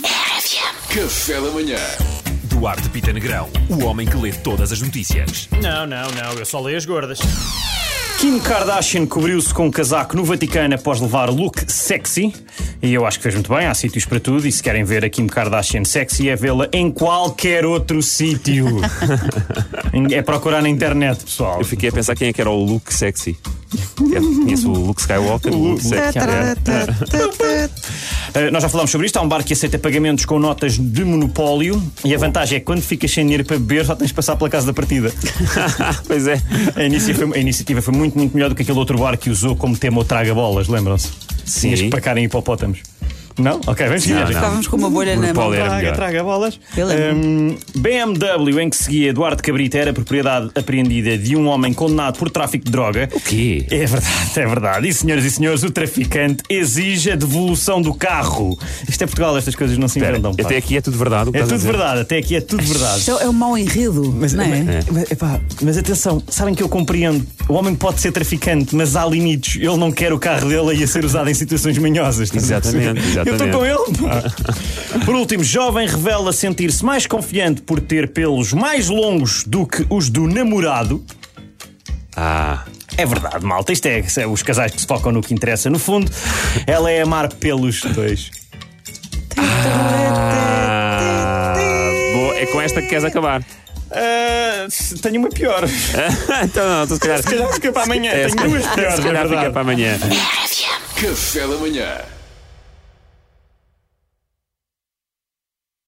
FM. Café da manhã. Duarte Pita Negrão, o homem que lê todas as notícias. Não, não, não, eu só leio as gordas. Kim Kardashian cobriu-se com um casaco no Vaticano após levar look sexy. E eu acho que fez muito bem, há sítios para tudo. E se querem ver a Kim Kardashian sexy, é vê-la em qualquer outro sítio. é procurar na internet, pessoal. Eu fiquei a pensar quem é que era o Luke sexy. Eu conheço o Luke Skywalker, o Luke sexy. tá, Uh, nós já falámos sobre isto. Há um bar que aceita pagamentos com notas de monopólio. E a vantagem é que quando ficas sem dinheiro para beber, só tens de passar pela casa da partida. pois é. A inicia- a iniciativa foi muito, muito melhor do que aquele outro bar que usou como tema o Traga-Bolas, lembram-se? Sim. Tinhas que pacar em hipopótamos. Não? Ok, vamos seguir. Não, não. Estávamos com uma bolha na mão. Monopólio era melhor. traga bolas. Eu lembro. Hum, BMW, em que seguia Eduardo Cabrita, era propriedade apreendida de um homem condenado por tráfico de droga. O quê? É verdade, é verdade. E, senhoras e senhores, o traficante exige a devolução do carro. Isto é Portugal, estas coisas não se Espera, inventam. pá. até aqui é tudo verdade. o que É estás a tudo dizer? verdade, até aqui é tudo verdade. Isto é um mau enredo, não é? Mas, epá, mas atenção, sabem que eu compreendo. O homem pode ser traficante, mas há limites. Ele não quer o carro dele a ser usado em situações manhosas. estás a perceber? Exatamente, Eu estou exatamente. Ah. com ele. pá. Por último, jovem revela sentir-se mais confiante por ter pelos mais longos do que os do namorado. Ah, É verdade, malta. Isto é, isto é os casais que se focam no que interessa. No fundo, ela é amar pelos dois. ah, boa. é com esta que queres acabar. Ah, tenho uma pior. então não, então se calhar. Se calhar fica para amanhã. é, se tenho duas calhar- piores, se é calhar verdade. fica para amanhã. RFM. Café da manhã.